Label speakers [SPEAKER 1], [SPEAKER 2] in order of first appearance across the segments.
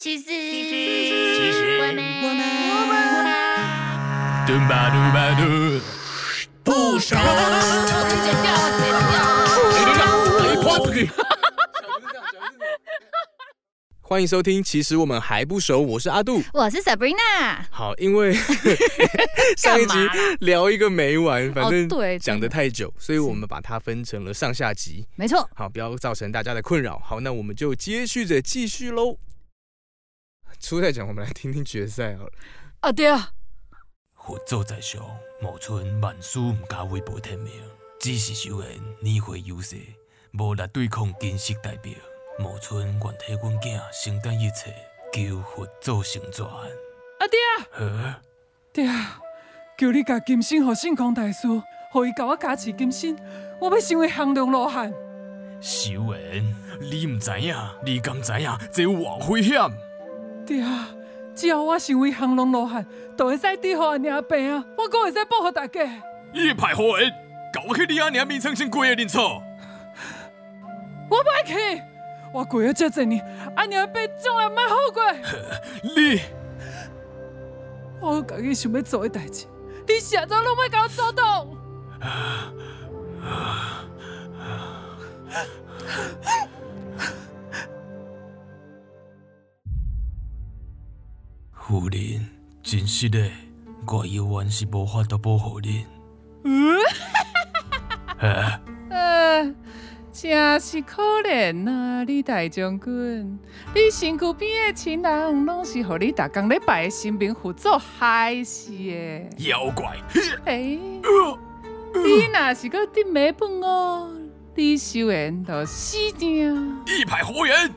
[SPEAKER 1] 其实，
[SPEAKER 2] 其实
[SPEAKER 1] 我们，
[SPEAKER 3] 我们
[SPEAKER 2] 嘟吧嘟吧嘟，不熟。
[SPEAKER 1] 剪掉，剪掉。
[SPEAKER 3] 欢迎收听。其实我们还不熟，我是阿杜。
[SPEAKER 1] 我是 Sabrina，
[SPEAKER 3] 好，因为 上一集
[SPEAKER 1] 干嘛啦
[SPEAKER 3] 聊一个没完，反正
[SPEAKER 1] 哦对
[SPEAKER 3] 讲的太久，所以我们把它分成了上下集。
[SPEAKER 1] 没错，啊
[SPEAKER 3] 好，不要造成大家的困扰。好，那我们就接续着继续喽。初代讲，我们来听听决赛好了。
[SPEAKER 1] 啊对啊，
[SPEAKER 4] 佛祖在上，无存万事毋敢违背天命，只是修缘年岁有势，无力对抗金色代表。无存愿替阮囝承担一切，求佛祖成全。
[SPEAKER 5] 阿爹啊，
[SPEAKER 4] 呵，
[SPEAKER 5] 爹啊，求你甲金星和信康大师，互伊甲我加持金星，我要成为行动罗汉。
[SPEAKER 4] 修缘，你毋知影，你敢知影这有偌危险？
[SPEAKER 5] 爹啊，只要我成为行动罗汉，就会使治好阿娘病啊，我阁会使保护大家。
[SPEAKER 4] 一派好缘，甲我去你阿娘面前先过个认错。
[SPEAKER 5] 我不爱去，我过了这多年，阿娘病从来毋捌好过。
[SPEAKER 4] 你
[SPEAKER 5] 我有家己想要做诶代志，你啥都拢莫甲我阻挡。
[SPEAKER 4] 夫人，真实诶，我永远是无法度保护你。啊
[SPEAKER 5] 呃，真是可怜啊，李大将军，你身躯边的亲人拢是互你逐工咧拜的神明辅助害死的。
[SPEAKER 4] 妖怪！
[SPEAKER 5] 嘿，你若是搁伫尾饭哦，你修缘就死定。啊
[SPEAKER 4] 一派火焰，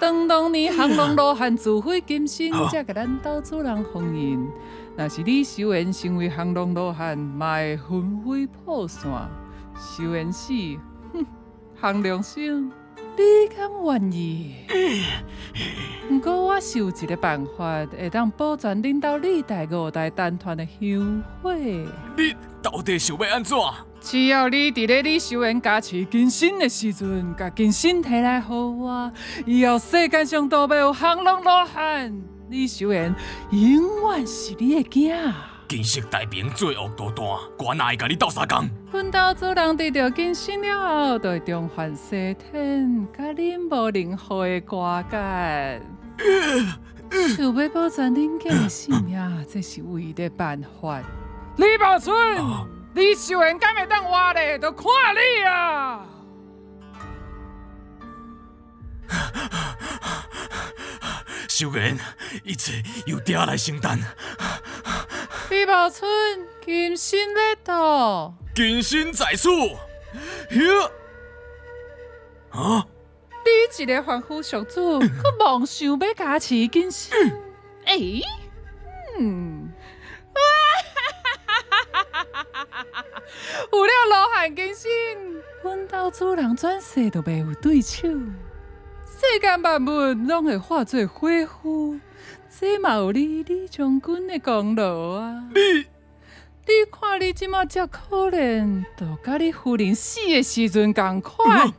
[SPEAKER 5] 当当年行龙罗汉自毁金身，才给咱岛主人封印。若是你修缘成为行龙罗汉，嘛会魂飞魄散，修缘死，哼，行龙生，你敢愿意？不过我是有一个办法，会当保全恁兜历代五代单传的香火。
[SPEAKER 4] 你到底想要安怎？
[SPEAKER 5] 只要你伫咧你修缘加持金身的时阵，甲金身摕来互我，以后世界上都袂有行龙罗汉。你修缘永远是你的囝。
[SPEAKER 4] 金色大兵罪恶多端，我哪会甲你斗相共？
[SPEAKER 5] 阮兜主人得到金身了后，就会重返西天，甲恁无任何的瓜葛。想要保全恁囝的性命，这是唯一的办法。哦李宝春，你修缘敢会当活咧，就看你啊！
[SPEAKER 4] 修言，一切由爹来承担。
[SPEAKER 5] 李宝春，金身咧倒，
[SPEAKER 4] 金身在此。哟啊！
[SPEAKER 5] 你一个凡夫俗子，佮妄想要加持金身，哎、嗯，有了老汉金身，阮兜主人转世都袂有对手。世间万物拢会化作火灰，这嘛有你李将军的功劳啊！
[SPEAKER 4] 你
[SPEAKER 5] 你看你即马遮可怜，就甲你夫人死的时阵共款。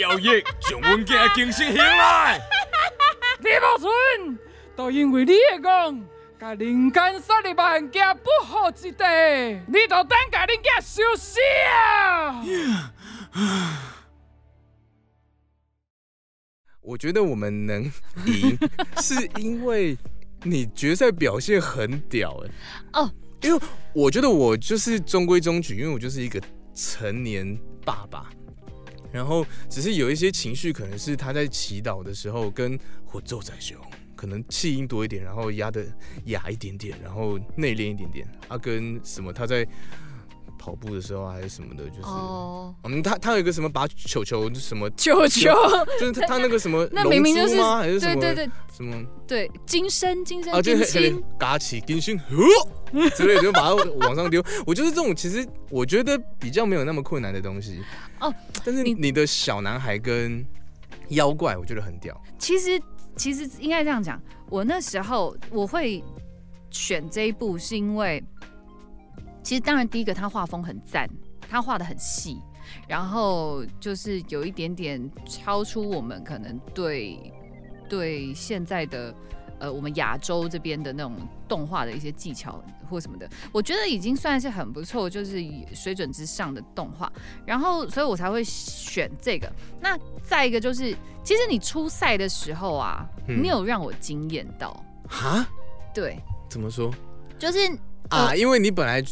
[SPEAKER 4] 妖孽将阮囝的金身行来，
[SPEAKER 5] 李宝春，就因为你的讲，甲人间杀戮万件不好之地，你就等甲恁囝受死啊！
[SPEAKER 3] 我觉得我们 能赢，是因为你决赛表现很屌哎、
[SPEAKER 1] 哦，
[SPEAKER 3] 因为我觉得我就是中规中矩，因为我就是一个成年爸爸。然后只是有一些情绪，可能是他在祈祷的时候跟火咒在凶，可能气音多一点，然后压的哑一点点，然后内敛一点点。啊，跟什么他在跑步的时候啊还是什么的，就是、
[SPEAKER 1] 哦，
[SPEAKER 3] 嗯，他他有一个什么把球球什么
[SPEAKER 1] 球球，
[SPEAKER 3] 就是他他那个什么
[SPEAKER 1] 那明明就
[SPEAKER 3] 龙珠
[SPEAKER 1] 是
[SPEAKER 3] 吗？还是什
[SPEAKER 1] 对
[SPEAKER 3] 么
[SPEAKER 1] 对对
[SPEAKER 3] 什么
[SPEAKER 1] 对，金身，金身，
[SPEAKER 3] 啊？就
[SPEAKER 1] 金
[SPEAKER 3] 是
[SPEAKER 1] 星，
[SPEAKER 3] 嘎起金星呼 之类的，就把它往上丢。 我就是这种，其实我觉得比较没有那么困难的东西。
[SPEAKER 1] 哦，
[SPEAKER 3] 但是
[SPEAKER 1] 你
[SPEAKER 3] 你的小男孩跟妖怪，我觉得很屌。
[SPEAKER 1] 其实其实应该这样讲，我那时候我会选这一部，是因为其实当然第一个他画风很赞，他画的很细。然后就是有一点点超出我们可能对对现在的呃我们亚洲这边的那种动画的一些技巧或什么的，我觉得已经算是很不错，就是水准之上的动画。然后所以我才会选这个。那再一个就是，其实你初赛的时候啊，
[SPEAKER 3] 嗯
[SPEAKER 1] 你有让我惊艳到，
[SPEAKER 3] 哈？
[SPEAKER 1] 对，
[SPEAKER 3] 怎么说
[SPEAKER 1] 就是哦
[SPEAKER 3] 啊？因为你本来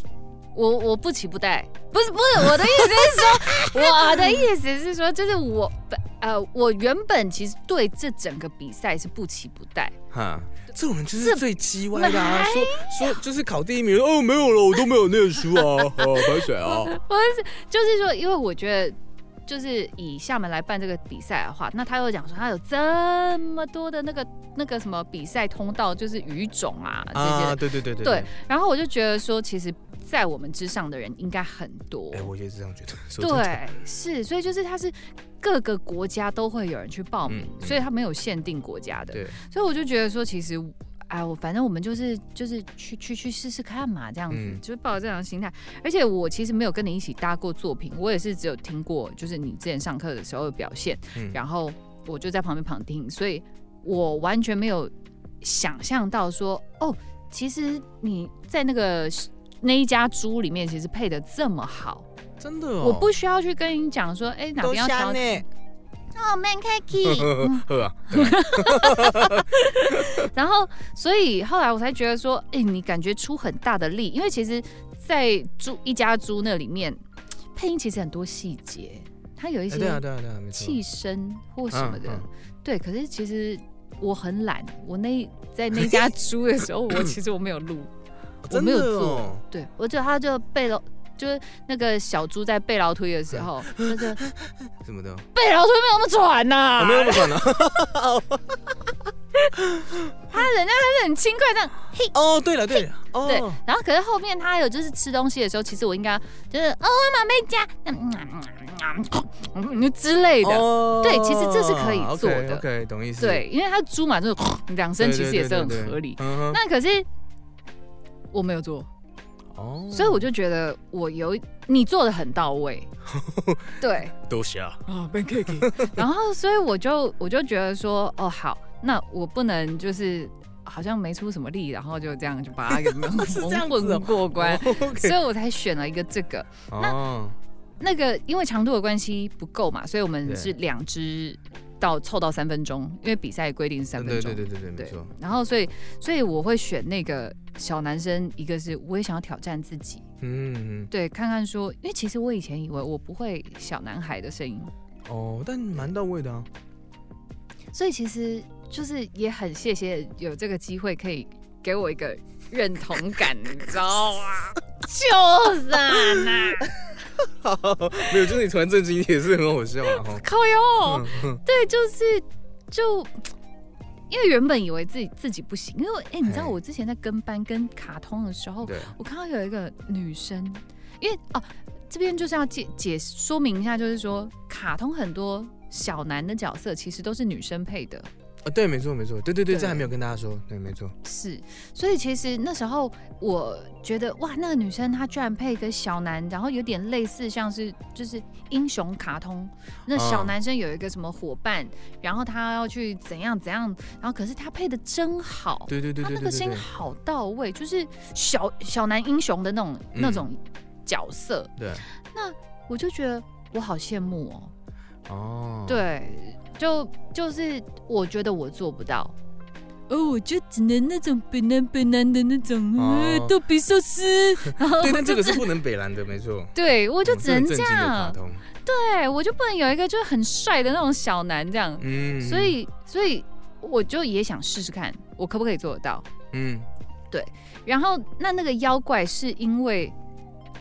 [SPEAKER 1] 我我不期不待，不是不是，我的意思 是说，我的意思是说，就是我本呃，我原本其实对这整个比赛是不期不待，
[SPEAKER 3] 哈，这种人就是
[SPEAKER 1] 这
[SPEAKER 3] 最叽歪的啊！说说就是考第一名，哦，没有了，我都没有念书 啊，哦，白水啊，
[SPEAKER 1] 就是说，因为我觉得。就是以厦门来办这个比赛的话，那他又讲说他有这么多的那个那个什么比赛通道，就是语种啊这些的
[SPEAKER 3] 啊，对对对对
[SPEAKER 1] 对，然后我就觉得说，其实在我们之上的人应该很多。
[SPEAKER 3] 哎，我也是这样觉得。说真的，
[SPEAKER 1] 对，是，所以就是它是各个国家都会有人去报名，
[SPEAKER 3] 嗯嗯
[SPEAKER 1] 所以它没有限定国家的。
[SPEAKER 3] 对，
[SPEAKER 1] 所以我就觉得说，其实，哎，我反正我们就是就是去去去试试看嘛，这样子，
[SPEAKER 3] 嗯
[SPEAKER 1] 就是抱着这样的心态。而且我其实没有跟你一起搭过作品，我也是只有听过，就是你之前上课的时候的表现，
[SPEAKER 3] 嗯
[SPEAKER 1] 然后我就在旁边旁听，所以我完全没有想象到说，哦，其实你在那个那一家猪里面，其实配的这么好。
[SPEAKER 3] 真的哦，
[SPEAKER 1] 我不需要去跟你讲说，哎、哪边要挑剔。哦，man cakey。
[SPEAKER 3] 呵呵呵啊，
[SPEAKER 1] 然后，所以后来我才觉得说，哎、你感觉出很大的力，因为其实，在猪一家猪那里面，配音其实很多细节，它有一
[SPEAKER 3] 哎对啊
[SPEAKER 1] 些
[SPEAKER 3] 对啊对啊，没错。
[SPEAKER 1] 气声或什么的。
[SPEAKER 3] 嗯
[SPEAKER 1] 对，可是其实我很懒，我那在那家猪的时候， 我其实我没有录，我
[SPEAKER 3] 真
[SPEAKER 1] 没
[SPEAKER 3] 的
[SPEAKER 1] 有做。
[SPEAKER 3] 哦，
[SPEAKER 1] 对，我觉得他就背了。就是那个小猪在背牢推的时 候，他就
[SPEAKER 3] 什么的，
[SPEAKER 1] 背牢推没有那么喘呐、
[SPEAKER 3] 我没有那么啊 爽的。
[SPEAKER 1] 他人家还是很轻快这样，
[SPEAKER 3] 哦，对了对了，
[SPEAKER 1] 对
[SPEAKER 3] 哦，。
[SPEAKER 1] 然后可是后面他有就是吃东西的时候，其实我应该就是哦，我马妹家嗯嗯嗯嗯之类的，
[SPEAKER 3] 哦
[SPEAKER 1] 对其实这是可以做的
[SPEAKER 3] OK，懂意思。
[SPEAKER 1] 对，因为他猪嘛，就是嗯两
[SPEAKER 3] 对，
[SPEAKER 1] 声其实也是很
[SPEAKER 3] 对
[SPEAKER 1] 合理。。
[SPEAKER 3] 对对对嗯哼
[SPEAKER 1] 那可是我没有做，
[SPEAKER 3] 哦，
[SPEAKER 1] 所以我就觉得我有你做的很到 位，对。
[SPEAKER 3] 多谢啊。
[SPEAKER 5] 啊，Ben Cake。
[SPEAKER 1] 然后，所以我就我就觉得说，哦，好，那我不能就是好像没出什么力，然后就这样就把它给
[SPEAKER 3] 哦
[SPEAKER 1] 蒙混过关，所以我才选了一个这个。那
[SPEAKER 3] 哦，
[SPEAKER 1] 那个因为长度的关系不够嘛，所以我们
[SPEAKER 3] 对
[SPEAKER 1] 是两支到凑到三分钟，因为比赛规定是三
[SPEAKER 3] 对对
[SPEAKER 1] 分钟。
[SPEAKER 3] 对对对对，没
[SPEAKER 1] 对
[SPEAKER 3] 错。
[SPEAKER 1] 然后，所以所以我会选那个小男生，一个是我也想要挑战自己，
[SPEAKER 3] 嗯，嗯
[SPEAKER 1] 对，看看说，因为其实我以前以为我不会小男孩的声音，
[SPEAKER 3] 哦，但蛮到位的 啊。
[SPEAKER 1] 所以其实就是也很谢谢有这个机会可以给我一个认同感，你知 道吗？就是啊，呐，
[SPEAKER 3] 没有，就是你突然震惊也是很好笑啊。哈
[SPEAKER 1] 靠哟，
[SPEAKER 3] 嗯
[SPEAKER 1] 对，就是就。因为原本以为自己自己不行，因为我哎、你知道
[SPEAKER 3] 哎
[SPEAKER 1] 我之前在跟班跟卡通的时候，
[SPEAKER 3] 对，
[SPEAKER 1] 我看到有一个女生，因为哦，这边就是要解解说明一下，就是说卡通很多小男的角色其实都是女生配的，
[SPEAKER 3] 啊对，没错没错，对对对，
[SPEAKER 1] 对
[SPEAKER 3] 这还没有跟大家说，对，没错。
[SPEAKER 1] 是，所以其实那时候我觉得哇，那个女生她居然配一个小男，然后有点类似像是就是英雄卡通，那小
[SPEAKER 3] 嗯
[SPEAKER 1] 男生有一个什么伙伴，然后他要去怎样怎样，然后可是他配的真好，
[SPEAKER 3] 对对对
[SPEAKER 1] 他
[SPEAKER 3] 对
[SPEAKER 1] 那
[SPEAKER 3] 对
[SPEAKER 1] 个声音
[SPEAKER 3] 对。
[SPEAKER 1] 好到位，就是小小男英雄的那种那
[SPEAKER 3] 嗯
[SPEAKER 1] 种角色，
[SPEAKER 3] 对，
[SPEAKER 1] 我就觉得我好羡慕哦，
[SPEAKER 3] 哦，，
[SPEAKER 1] 对，就就是我觉得我做不到。哦，我就只能那种本男本男的那种，呃
[SPEAKER 3] 哦
[SPEAKER 1] 豆皮寿司。然后
[SPEAKER 3] 对，但这
[SPEAKER 1] 就
[SPEAKER 3] 个是不能北蓝的，没错。
[SPEAKER 1] 对我就
[SPEAKER 3] 嗯
[SPEAKER 1] 只能
[SPEAKER 3] 很震
[SPEAKER 1] 这
[SPEAKER 3] 惊的卡
[SPEAKER 1] 样，
[SPEAKER 3] 通
[SPEAKER 1] 对我就不能有一个就是很帅的那种小男这样。
[SPEAKER 3] 嗯，
[SPEAKER 1] 所，以，所以我就也想试试看，我可不可以做得到。
[SPEAKER 3] 嗯，
[SPEAKER 1] 然后，那那个妖怪是因为。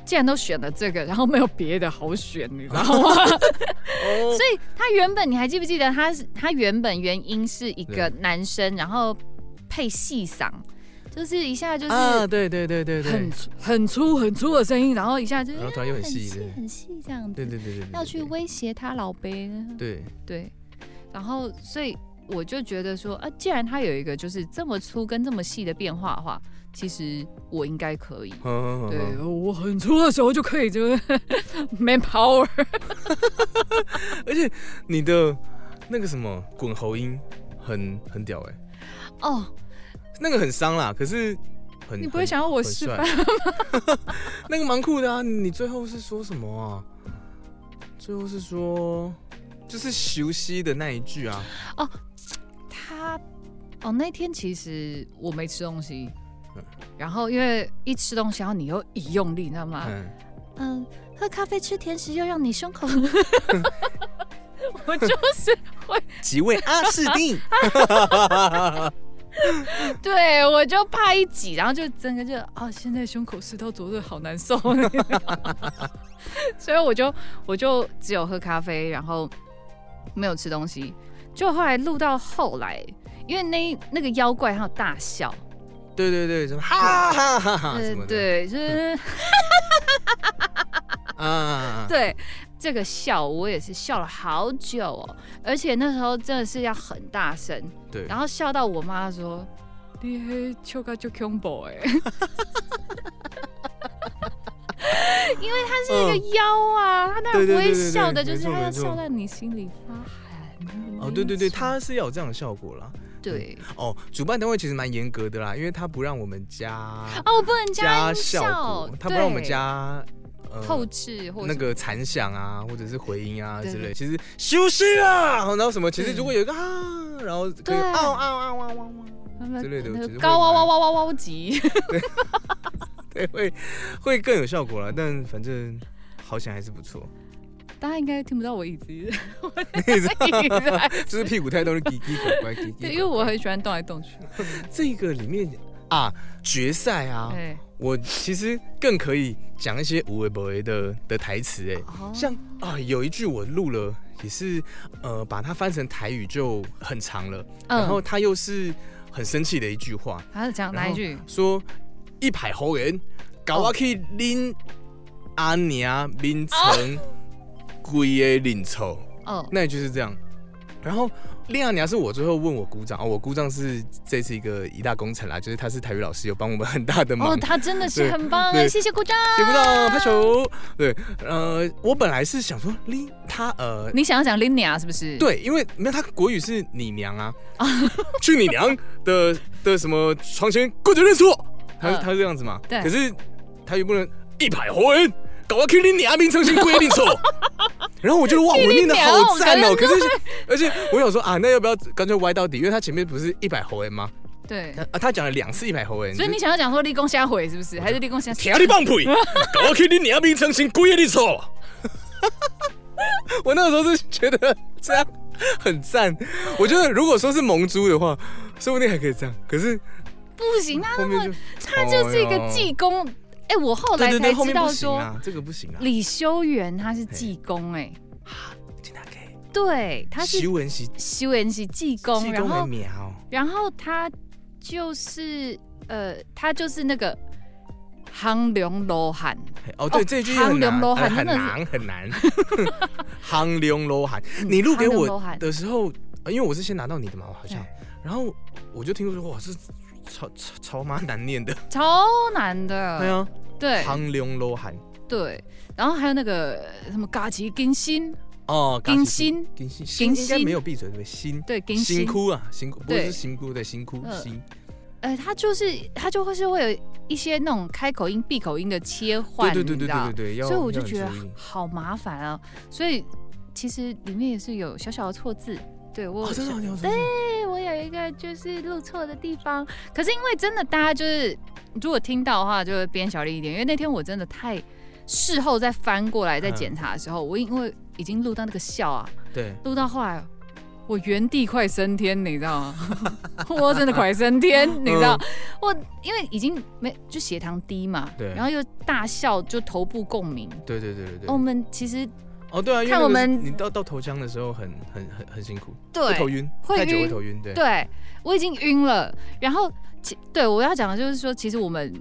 [SPEAKER 1] 既然都选了这个，然后没有别的好选，你知道吗？
[SPEAKER 3] 哦，
[SPEAKER 1] 所以他原本你还记不记得他是他原本原因是一个男生，然后配细嗓，就是一下就是
[SPEAKER 3] 啊，对对对对对，
[SPEAKER 1] 很粗 很粗很粗的声音，然后一下就哎
[SPEAKER 3] 然后突然又很
[SPEAKER 1] 很
[SPEAKER 3] 细，
[SPEAKER 1] 细很细这样子，
[SPEAKER 3] 对对对对对对，
[SPEAKER 1] 要去
[SPEAKER 3] 对
[SPEAKER 1] 威胁他老呗，
[SPEAKER 3] 对，
[SPEAKER 1] 对，然后所以我就觉得说，啊，既然它有一个就是这么粗跟这么细的变化的话，其实我应该可以。
[SPEAKER 3] 嗯，
[SPEAKER 1] 对，我很粗的时候就可以，就是 man power。
[SPEAKER 3] 而且你的那个什么滚喉音很很屌哎、
[SPEAKER 1] 哦，
[SPEAKER 3] 那个很伤啦，可是很
[SPEAKER 1] 你不会想要我
[SPEAKER 3] 我
[SPEAKER 1] 示范？
[SPEAKER 3] 那个蛮酷的啊！你最后是说什么啊？最后是说就是休息的那一句啊，
[SPEAKER 1] 他哦，那天其实我没吃东西
[SPEAKER 3] 嗯，
[SPEAKER 1] 然后因为一吃东西，然后你又一用力，你知道吗？
[SPEAKER 3] 嗯，
[SPEAKER 1] 嗯，喝咖啡吃甜食又让你胸口。 我就是
[SPEAKER 3] 几位啊阿士 定，
[SPEAKER 1] 对我就怕一挤，然后就整个就啊，现在胸口湿到灼热，好难受。 所以我就我就只有喝咖啡，然后没有吃东西。就后来录到后来，因为那那个妖怪还有大笑，
[SPEAKER 3] 对对对，什么哈哈哈哈啊什
[SPEAKER 1] 对
[SPEAKER 3] 么的，
[SPEAKER 1] 对，就是
[SPEAKER 3] 啊，
[SPEAKER 1] 对这个笑，我也是笑了好久哦，而且那时候真的是要很大声，
[SPEAKER 3] 对，
[SPEAKER 1] 然后笑到我妈说：“你嘿笑个就恐怖哎。” 因为他是一个妖啊，他当然
[SPEAKER 3] 对
[SPEAKER 1] 不
[SPEAKER 3] 对
[SPEAKER 1] 会
[SPEAKER 3] 对嗯对对
[SPEAKER 1] 笑
[SPEAKER 3] 没
[SPEAKER 1] 的，就是
[SPEAKER 3] 错
[SPEAKER 1] 他要
[SPEAKER 3] 没错
[SPEAKER 1] 笑到你心里发寒。
[SPEAKER 3] 哦，对对对，他是要有这样的效果啦。
[SPEAKER 1] 对
[SPEAKER 3] 哦，主办单位其实蛮严格的啦，因为他不让我们加
[SPEAKER 1] 哦，我不能加音
[SPEAKER 3] 效果，他不让我们加呃
[SPEAKER 1] 后置或
[SPEAKER 3] 那
[SPEAKER 1] 什么
[SPEAKER 3] 个残响啊，或者是回音啊
[SPEAKER 1] 对
[SPEAKER 3] 之
[SPEAKER 1] 对
[SPEAKER 3] 类。其实休息啊，然后什么，其实
[SPEAKER 1] 对
[SPEAKER 3] 如果有一个啊，然后可以
[SPEAKER 1] 对
[SPEAKER 3] 啊啊啊啊啊啊，
[SPEAKER 1] 他们
[SPEAKER 3] 之类的
[SPEAKER 1] 那
[SPEAKER 3] 其
[SPEAKER 1] 个
[SPEAKER 3] 实会
[SPEAKER 1] 高哇哇
[SPEAKER 3] 蛮
[SPEAKER 1] 哇哇哇哇级。
[SPEAKER 3] 对，会会更有效果啦。但反正好像还是不 错，
[SPEAKER 1] 大家应该听不到我椅 子，我在 椅子还
[SPEAKER 3] 就是屁股太动，就叽 叽拐拐，叽叽。
[SPEAKER 1] 对，因为我很喜欢动来动去。
[SPEAKER 3] 哎这个里面啊，决赛啊，
[SPEAKER 1] 对，
[SPEAKER 3] 我其实更可以讲一些无为不为的的台词哎。
[SPEAKER 1] 哦
[SPEAKER 3] 像啊、有一句我录了，也是呃，把它翻成台语就很长了，然后
[SPEAKER 1] 嗯，
[SPEAKER 3] 它又是很生气的一句话，
[SPEAKER 1] 他是讲哪一句？
[SPEAKER 3] 说一排猴人搞我去拎阿娘面成规个领臭，
[SPEAKER 1] 哦，
[SPEAKER 3] 那也就是这样。然后令阿娘是我最后问我姑丈，哦，我姑丈是这次一个一大功臣啦，就是他是台语老师，有帮我们很大的忙
[SPEAKER 1] 哦，。他真的是
[SPEAKER 3] 对
[SPEAKER 1] 很棒哎，
[SPEAKER 3] 对
[SPEAKER 1] 谢谢鼓掌。
[SPEAKER 3] 学不到拍手，对，呃，我本来是想说拎他呃
[SPEAKER 1] 你想要讲 Linia 是不是？，
[SPEAKER 3] 对，因为没有他国语是你娘啊，去你娘的的什么床前跪着认错，他、
[SPEAKER 1] 嗯
[SPEAKER 3] 他是这样子嘛？
[SPEAKER 1] 对
[SPEAKER 3] 可是他又不能一排红人，搞到 Q 你娘名诚心跪定错。 然后我觉得哇，我念的好赞哦、可是而且我想说啊，那要不要干脆歪到底？因为他前面不是一百红人吗？
[SPEAKER 1] 对
[SPEAKER 3] 他，啊，他讲了两次一百红人，
[SPEAKER 1] 所以你想要讲说立功瞎毁是不是？还是立功瞎？
[SPEAKER 3] 听啊你放 屁，搞去你娘面诚心跪你错。 我那个时候是觉得这样很赞，我觉得如果说是蒙猪的话，说不定还可以这样。可是
[SPEAKER 1] 不行啊，
[SPEAKER 3] 后面就
[SPEAKER 1] 他就是一个技工。哎，我后
[SPEAKER 3] 对
[SPEAKER 1] 来
[SPEAKER 3] 对
[SPEAKER 1] 才
[SPEAKER 3] 对，后
[SPEAKER 1] 知
[SPEAKER 3] 面
[SPEAKER 1] 道
[SPEAKER 3] 不行
[SPEAKER 1] 说
[SPEAKER 3] 啊，这个不行啊。
[SPEAKER 1] 李修缘他是技工哎，
[SPEAKER 3] 真的假的
[SPEAKER 1] 对，他是
[SPEAKER 3] 徐文熙，技
[SPEAKER 1] 修缘是技工，
[SPEAKER 3] 工
[SPEAKER 1] 然后
[SPEAKER 3] 的苗，
[SPEAKER 1] 然后他就是呃，他就是那个杭龙罗汉，
[SPEAKER 3] 嘿哦对，这一句也
[SPEAKER 1] 杭
[SPEAKER 3] 很
[SPEAKER 1] 龙
[SPEAKER 3] 难，
[SPEAKER 1] 罗
[SPEAKER 3] 呃
[SPEAKER 1] 汉
[SPEAKER 3] 很
[SPEAKER 1] 真的是
[SPEAKER 3] 难很难。 杭龙罗汉，
[SPEAKER 1] 嗯
[SPEAKER 3] 你录给
[SPEAKER 1] 杭龙
[SPEAKER 3] 我
[SPEAKER 1] 罗汉
[SPEAKER 3] 的时候，呃因为我是先拿到你的嘛，好像
[SPEAKER 1] 对，
[SPEAKER 3] 然后我就听说哇，这超超超妈难念的，
[SPEAKER 1] 超难的，
[SPEAKER 3] 对啊，
[SPEAKER 1] 对
[SPEAKER 3] 杭龙罗汉
[SPEAKER 1] 对，然后还有那个呃什么嘎吉更新，
[SPEAKER 3] 哦，
[SPEAKER 1] 金星
[SPEAKER 3] 金星，
[SPEAKER 1] 金
[SPEAKER 3] 金应该
[SPEAKER 1] 星
[SPEAKER 3] 没有闭嘴对不对？心
[SPEAKER 1] 对更
[SPEAKER 3] 辛
[SPEAKER 1] 新，
[SPEAKER 3] 苦啊，辛苦，不
[SPEAKER 1] 对
[SPEAKER 3] 是辛苦对辛苦
[SPEAKER 1] 嗯
[SPEAKER 3] 辛，
[SPEAKER 1] 呃，他就是他就会是会有一些那种开口音、闭口音的切换，
[SPEAKER 3] 对对对
[SPEAKER 1] 你
[SPEAKER 3] 对
[SPEAKER 1] 知道
[SPEAKER 3] 对对对，要
[SPEAKER 1] 所以我就
[SPEAKER 3] 要很
[SPEAKER 1] 觉得
[SPEAKER 3] 注意
[SPEAKER 1] 好麻烦啊，所以其实里面也是有小小的错字，对我有
[SPEAKER 3] 哦，真的
[SPEAKER 1] 小
[SPEAKER 3] 好牛，
[SPEAKER 1] 对
[SPEAKER 3] 真的
[SPEAKER 1] 对我有一个就是录错的地方，可是因为真的大家就是如果听到的话，就会编小力一点，因为那天我真的太事后再翻过来再
[SPEAKER 3] 嗯
[SPEAKER 1] 检查的时候，我因为已经录到那个笑啊，
[SPEAKER 3] 对，
[SPEAKER 1] 录到后来，我原地快升天，你知道吗？ 我真的快升天，你知道？
[SPEAKER 3] 嗯
[SPEAKER 1] 我因为已经没就血糖低嘛，
[SPEAKER 3] 对
[SPEAKER 1] 然后又大笑，就头部共鸣。
[SPEAKER 3] 对对对对对
[SPEAKER 1] 哦我，们其实
[SPEAKER 3] 哦对啊，因为
[SPEAKER 1] 看我
[SPEAKER 3] 那个是
[SPEAKER 1] 们
[SPEAKER 3] 你到到头腔的时候很很很很辛苦，会头
[SPEAKER 1] 对
[SPEAKER 3] 晕，
[SPEAKER 1] 会
[SPEAKER 3] 太久会
[SPEAKER 1] 晕啊
[SPEAKER 3] 头晕，对，
[SPEAKER 1] 对，我已经晕了。然后其对我要讲的就是说，其实我们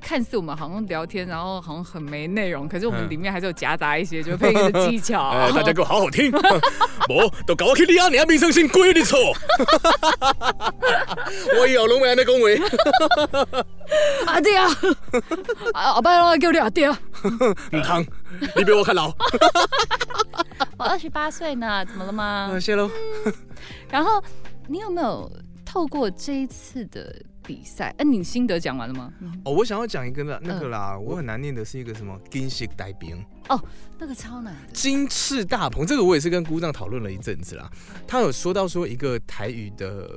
[SPEAKER 1] 看似我们好像聊天，然后好像很没内容，可是我们
[SPEAKER 3] 嗯
[SPEAKER 1] 里面还是有夹杂一些就配音的技巧。
[SPEAKER 3] 哎，大家给我好好听，无就搞我去你阿娘民生先鬼你错，我以后拢袂安尼讲话，
[SPEAKER 1] 阿 弟啊，啊，阿爸让我叫你阿弟啊，
[SPEAKER 3] 唔通，你比我较老。
[SPEAKER 1] 我二十八岁呢，怎么了吗
[SPEAKER 3] 啊，？谢喽。
[SPEAKER 1] 然后你有没有透过这一次的比赛？哎、你心得讲完了吗？
[SPEAKER 3] 哦，我想要讲一个啦，那个啦，
[SPEAKER 1] 嗯
[SPEAKER 3] 我很难念的是一个什么金色带兵。
[SPEAKER 1] 那个超难的，
[SPEAKER 3] 金翅大鹏，这个我也是跟姑丈讨论了一阵子啦。他有说到说一个台语的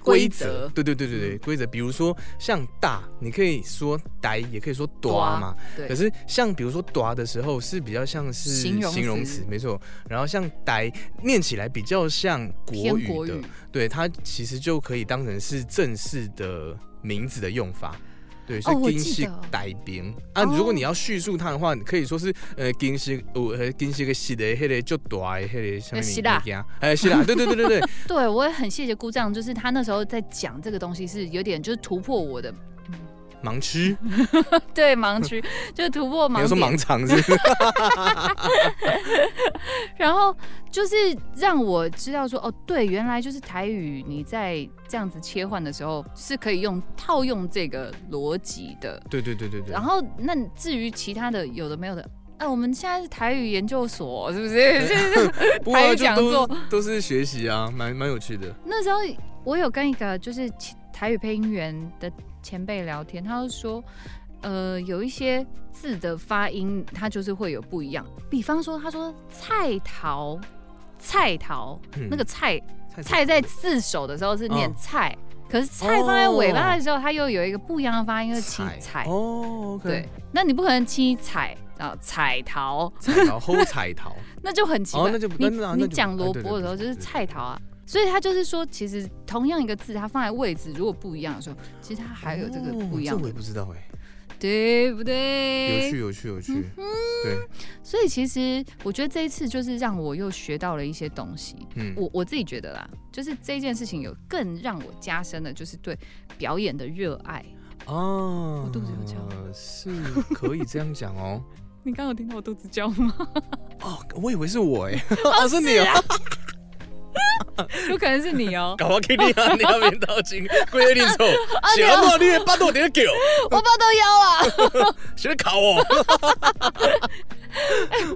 [SPEAKER 1] 规则
[SPEAKER 3] 对对对对对，规则，比如说像大，你可以说呆，也可以说短嘛。
[SPEAKER 1] 对
[SPEAKER 3] 可是像比如说短的时候是比较像是
[SPEAKER 1] 形容词
[SPEAKER 3] 词，没错。然后像呆念起来比较像
[SPEAKER 1] 偏
[SPEAKER 3] 国语的，
[SPEAKER 1] 国语。
[SPEAKER 3] 对它其实就可以当成是正式的名字的用法。对，是
[SPEAKER 1] 哦我
[SPEAKER 3] 金
[SPEAKER 1] 记
[SPEAKER 3] 系
[SPEAKER 1] 得
[SPEAKER 3] 代兵啊。
[SPEAKER 1] 哦
[SPEAKER 3] 如果你要叙述它的话，你可以说是呃金系呃金系个系的迄个就大的迄个什么
[SPEAKER 1] 那希腊
[SPEAKER 3] 物件，哎希 腊，对对对对对，
[SPEAKER 1] 对，我也很谢谢姑丈，就是他那时候在讲这个东西是有点就是突破我的
[SPEAKER 3] 盲区，
[SPEAKER 1] 对 盲区，就是突破
[SPEAKER 3] 你
[SPEAKER 1] 盲
[SPEAKER 3] 要说
[SPEAKER 1] 点
[SPEAKER 3] 盲肠是不是？
[SPEAKER 1] 然后就是让我知道说，哦，对，原来就是台语，你在这样子切换的时候是可以用套用这个逻辑的。
[SPEAKER 3] 对对对对对。
[SPEAKER 1] 然后，那至于其他的有的没有的，哎、我们现在是台语研究所，是不是？就是
[SPEAKER 3] 不
[SPEAKER 1] 台
[SPEAKER 3] 过
[SPEAKER 1] 语
[SPEAKER 3] 就
[SPEAKER 1] 讲
[SPEAKER 3] 都
[SPEAKER 1] 座
[SPEAKER 3] 都是学习啊，蛮蛮有趣的。
[SPEAKER 1] 那时候我有跟一个就是台语配音员的前辈聊天，他就说，呃，有一些字的发音，它就是会有不一样。比方说，他说菜桃，菜桃，
[SPEAKER 3] 嗯
[SPEAKER 1] 那个菜
[SPEAKER 3] 菜
[SPEAKER 1] 菜在字首的时候是念
[SPEAKER 3] 嗯
[SPEAKER 1] 菜，可是菜放在尾巴的时候，它又有一个不一样的发音，就是七彩。
[SPEAKER 3] 哦，OK，
[SPEAKER 1] 对，那你不可能七彩啊彩桃，
[SPEAKER 3] 彩 桃齁彩桃，
[SPEAKER 1] 那就很奇怪。
[SPEAKER 3] 哦那就
[SPEAKER 1] 你
[SPEAKER 3] 那那
[SPEAKER 1] 你
[SPEAKER 3] 那就
[SPEAKER 1] 讲
[SPEAKER 3] 哎
[SPEAKER 1] 萝
[SPEAKER 3] 对对
[SPEAKER 1] 卜的时候
[SPEAKER 3] 对
[SPEAKER 1] 就
[SPEAKER 3] 对
[SPEAKER 1] 是
[SPEAKER 3] 对
[SPEAKER 1] 菜桃啊，所以它就是说，其实同样一个字，它放在位置如果不一样的时候，其实它还有这个
[SPEAKER 3] 哦
[SPEAKER 1] 不一样
[SPEAKER 3] 这我
[SPEAKER 1] 的哎
[SPEAKER 3] 也，不知道哎，
[SPEAKER 1] 对不
[SPEAKER 3] 有
[SPEAKER 1] 对？
[SPEAKER 3] 趣有趣有
[SPEAKER 1] 嗯
[SPEAKER 3] 趣，对，
[SPEAKER 1] 所以其实我觉得这一次就是让我又学到了一些东西。
[SPEAKER 3] 嗯，
[SPEAKER 1] 我我自己觉得啦，就是这件事情有更让我加深的，就是对表演的热爱。
[SPEAKER 3] 哦，
[SPEAKER 1] 肚子有叫
[SPEAKER 3] 是可以这样讲 哦。
[SPEAKER 1] 你刚刚有听到我肚子叫吗？
[SPEAKER 3] 哦，我以为是我哎，哦是你 啊，
[SPEAKER 1] 有可能是你哦、
[SPEAKER 3] 搞我 K D 啊，你要面到金，龟你丑，小莫你的巴肚点狗，
[SPEAKER 1] 我爸都腰啊！
[SPEAKER 3] 谁考我？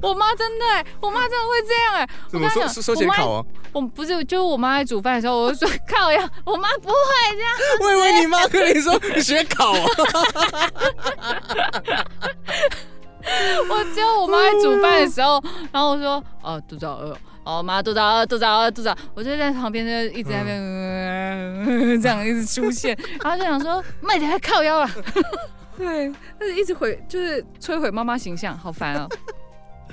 [SPEAKER 1] 我妈真的、欸，我妈真的会这样哎、我
[SPEAKER 3] 怎
[SPEAKER 1] 跟
[SPEAKER 3] 么
[SPEAKER 1] 她
[SPEAKER 3] 说
[SPEAKER 1] 讲
[SPEAKER 3] 说写
[SPEAKER 1] 我妈
[SPEAKER 3] 考啊？
[SPEAKER 1] 我不是，就是我妈在煮饭的时候，我就说靠呀，我妈不会这样，
[SPEAKER 3] 我以为你妈跟你说你学考 啊，
[SPEAKER 1] 我只有我妈在煮饭的时候，然后我说哦肚子好饿，哦妈肚子好饿，肚子好饿，肚子好饿，我就在旁边就一直在那边、呃这样一直出现，然后就想说慢点，还靠腰啊，对，但是一直毁就是摧毁妈妈形象，好烦啊、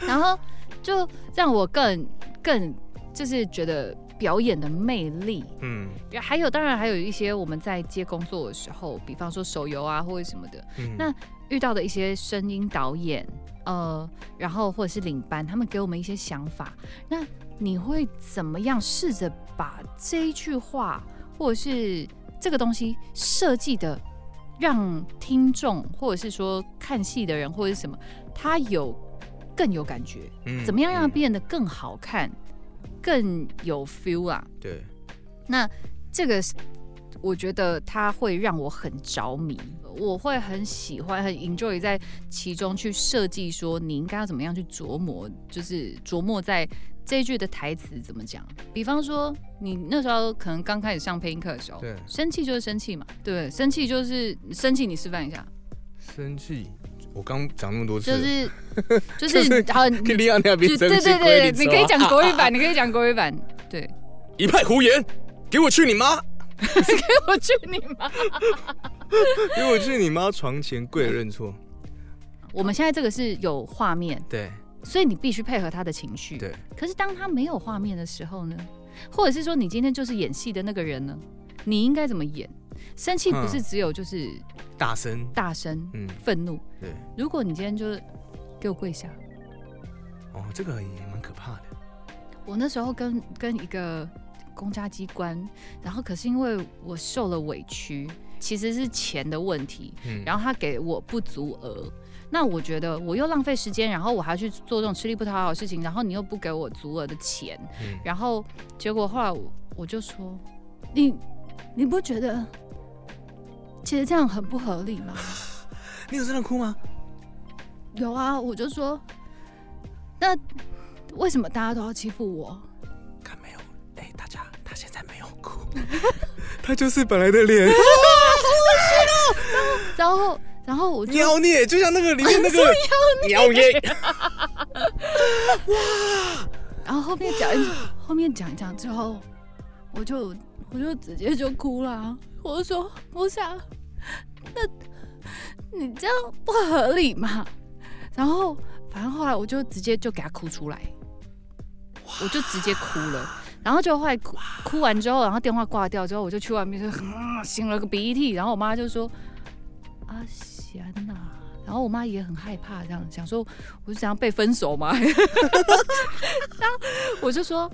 [SPEAKER 1] 然后就让我更更就是觉得表演的魅力，
[SPEAKER 3] 嗯
[SPEAKER 1] 还有，当然还有一些我们在接工作的时候，比方说手游啊或者什么的，
[SPEAKER 3] 嗯
[SPEAKER 1] 那遇到的一些声音导演，呃，然后或者是领班，他们给我们一些想法。那你会怎么样试着把这一句话或者是这个东西设计的，让听众或者是说看戏的人或者是什么，他有更有感觉？
[SPEAKER 3] 嗯
[SPEAKER 1] 怎么样让它
[SPEAKER 3] 嗯
[SPEAKER 1] 变得更好看，更有 feel 啊？
[SPEAKER 3] 对，
[SPEAKER 1] 那这个是我觉得它会让我很着迷，我会很喜欢、很 enjoy 在其中去设计，说你应该要怎么样去琢磨，就是琢磨在这一句的台词怎么讲。比方说，你那时候可能刚开始上配音课的时候
[SPEAKER 3] 对，
[SPEAKER 1] 生气就是生气嘛，对，生气就是生气，你示范一下，
[SPEAKER 3] 生气？我刚讲那么多次
[SPEAKER 1] 就
[SPEAKER 3] 了，
[SPEAKER 1] 是
[SPEAKER 3] 就
[SPEAKER 1] 就
[SPEAKER 3] 是
[SPEAKER 1] 是好，你
[SPEAKER 3] 跟你阿娘
[SPEAKER 1] 就
[SPEAKER 3] 变
[SPEAKER 1] 对
[SPEAKER 3] 生气
[SPEAKER 1] 对
[SPEAKER 3] 龟
[SPEAKER 1] 对，
[SPEAKER 3] 你
[SPEAKER 1] 你可以
[SPEAKER 3] 丑啊
[SPEAKER 1] 讲国 语版，你可以讲国语版，对。
[SPEAKER 3] 一派胡言，给我去你妈！
[SPEAKER 1] 我去你妈！
[SPEAKER 3] 给我去你妈床前跪认 错。
[SPEAKER 1] 我们现在这个是有画面，
[SPEAKER 3] 对
[SPEAKER 1] 所以你必须配合他的情绪。
[SPEAKER 3] 对，
[SPEAKER 1] 可是当他没有画面的时候呢，或者是说你今天就是演戏的那个人呢，你应该怎么演？生气不是只有就是
[SPEAKER 3] 大声，
[SPEAKER 1] 大声、
[SPEAKER 3] 嗯，
[SPEAKER 1] 愤怒。
[SPEAKER 3] 对，
[SPEAKER 1] 如果你今天就是给我跪下，
[SPEAKER 3] 哦，这个也蛮可怕的。
[SPEAKER 1] 我那时候跟跟一个公家机关，然后可是因为我受了委屈，其实是钱的问题，
[SPEAKER 3] 嗯
[SPEAKER 1] 然后他给我不足额。那我觉得我又浪费时间，然后我还去做这种吃力不讨好的事情，然后你又不给我足额的钱，
[SPEAKER 3] 嗯
[SPEAKER 1] 然后结果后来我我就说，你你不觉得其实这样很不合理吗？
[SPEAKER 3] 你有真的哭吗？
[SPEAKER 1] 有啊，我就说，那为什么大家都要欺负我？
[SPEAKER 3] 看没有？哎、大家，他现在没有哭， 他就是本来的 脸，
[SPEAKER 1] 然后然后我就
[SPEAKER 3] 妖孽，就像那个里面 那个妖孽。
[SPEAKER 1] 然后后面讲一讲，后面讲一讲之后，我就我就直接就哭了啊，我就说我想，那你这样不合理嘛？然后反正后来我就直接就给他哭出来，我就直接哭了。然后就后来哭哭完之后，然后电话挂掉之后，我就去外面就、嗯、擤了个鼻涕，然后我妈就说：“阿贤呐、然后我妈也很害怕，这样想说我是想要被分手 吗？我就说，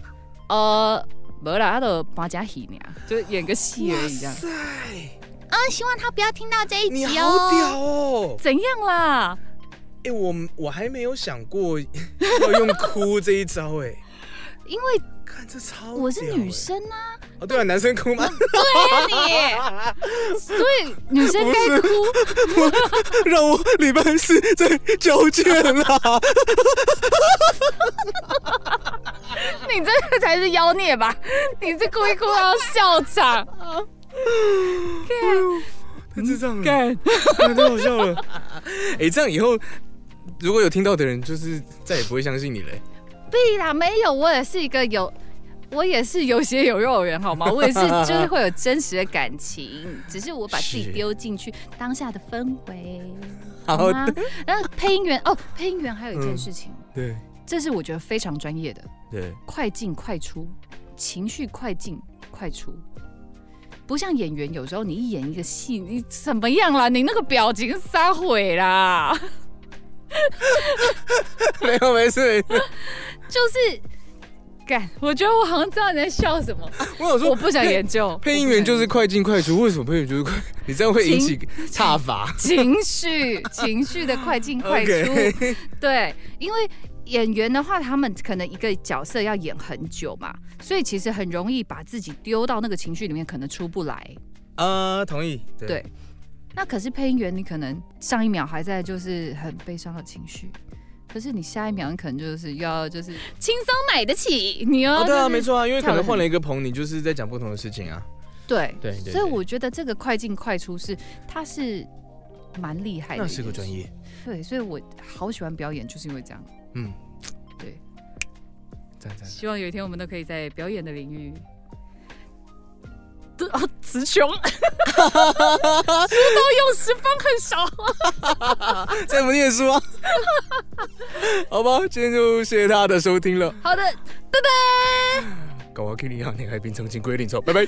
[SPEAKER 1] 呃，没啦，他的马甲戏呢，就演个戏而已这样。
[SPEAKER 3] 塞，
[SPEAKER 1] 啊，希望他不要听到这一
[SPEAKER 3] 你好屌哦！
[SPEAKER 1] 怎样啦？
[SPEAKER 3] 哎、我我还没有想过要用哭这一招哎、
[SPEAKER 1] 因为
[SPEAKER 3] 看这超屌欸、
[SPEAKER 1] 我是女生啊，
[SPEAKER 3] 哦，对啊，男生哭 吗？
[SPEAKER 1] 你，所以女生该哭。
[SPEAKER 3] 让我礼拜四再交卷
[SPEAKER 1] 啊
[SPEAKER 3] 啦！
[SPEAKER 1] 你这个才是妖孽吧？你这故意哭到笑场。
[SPEAKER 3] 太智障了，太好笑了。哎、这样以后如果有听到的人，就是再也不会相信你嘞、
[SPEAKER 1] 屁啦，没有，我也是一个有。我也是有血有肉的人，好吗？我也是，就是会有真实的感情，只是我把自己
[SPEAKER 3] 是哦
[SPEAKER 1] 丢进去当下的氛围，
[SPEAKER 3] 好
[SPEAKER 1] 吗？然后配音员哦，配音员还有一件事情，
[SPEAKER 3] 对
[SPEAKER 1] 这是我觉得非常专业的，
[SPEAKER 3] 对，
[SPEAKER 1] 快进快出，情绪快进快出。不像演员，有时候你一演一个戏，你怎么样啦？你那个表情撒毁啦，
[SPEAKER 3] 没有没事 没事。
[SPEAKER 1] 就是，干，我觉得我好像知道你在笑什么，
[SPEAKER 3] 我想说，
[SPEAKER 1] 我不想研究。
[SPEAKER 3] 配 音员就是快进快出，为什么配音员就是快？你这样会 引起踏伐。
[SPEAKER 1] 情绪 情绪的快进快出
[SPEAKER 3] OK
[SPEAKER 1] 对，因为演员的话，他们可能一个角色要演很久嘛，所以其实很容易把自己丢到那个情绪里面，可能出不来。
[SPEAKER 3] 啊、同意。对
[SPEAKER 1] 对那可是配音员，你可能上一秒还在就是很悲伤的情绪，可是你下一秒你可能就是要就是轻松买得起，你要、
[SPEAKER 3] 哦，
[SPEAKER 1] 就是
[SPEAKER 3] 对啊，没错啊，因为可
[SPEAKER 1] 跳得
[SPEAKER 3] 能
[SPEAKER 1] 很
[SPEAKER 3] 换了一个棚，你就是在讲不同的事情啊。
[SPEAKER 1] 对
[SPEAKER 3] 对对
[SPEAKER 1] 所
[SPEAKER 3] 对
[SPEAKER 1] 以我觉得这个快进快出是它是蛮厉害的，
[SPEAKER 3] 那是个专。业，
[SPEAKER 1] 对，所以我好喜欢表演，就是因为这样。
[SPEAKER 3] 嗯，
[SPEAKER 1] 对，
[SPEAKER 3] 赞赞。
[SPEAKER 1] 希望有一天我们都可以在表演的领域。对啊，词穷， 书到用时方恨少。
[SPEAKER 3] 再不念 书啊？好吧，今天就谢谢大家的收听了。
[SPEAKER 1] 好的，拜拜。
[SPEAKER 3] 搞我 Kitty 好，你还冰从金龟领走，拜拜。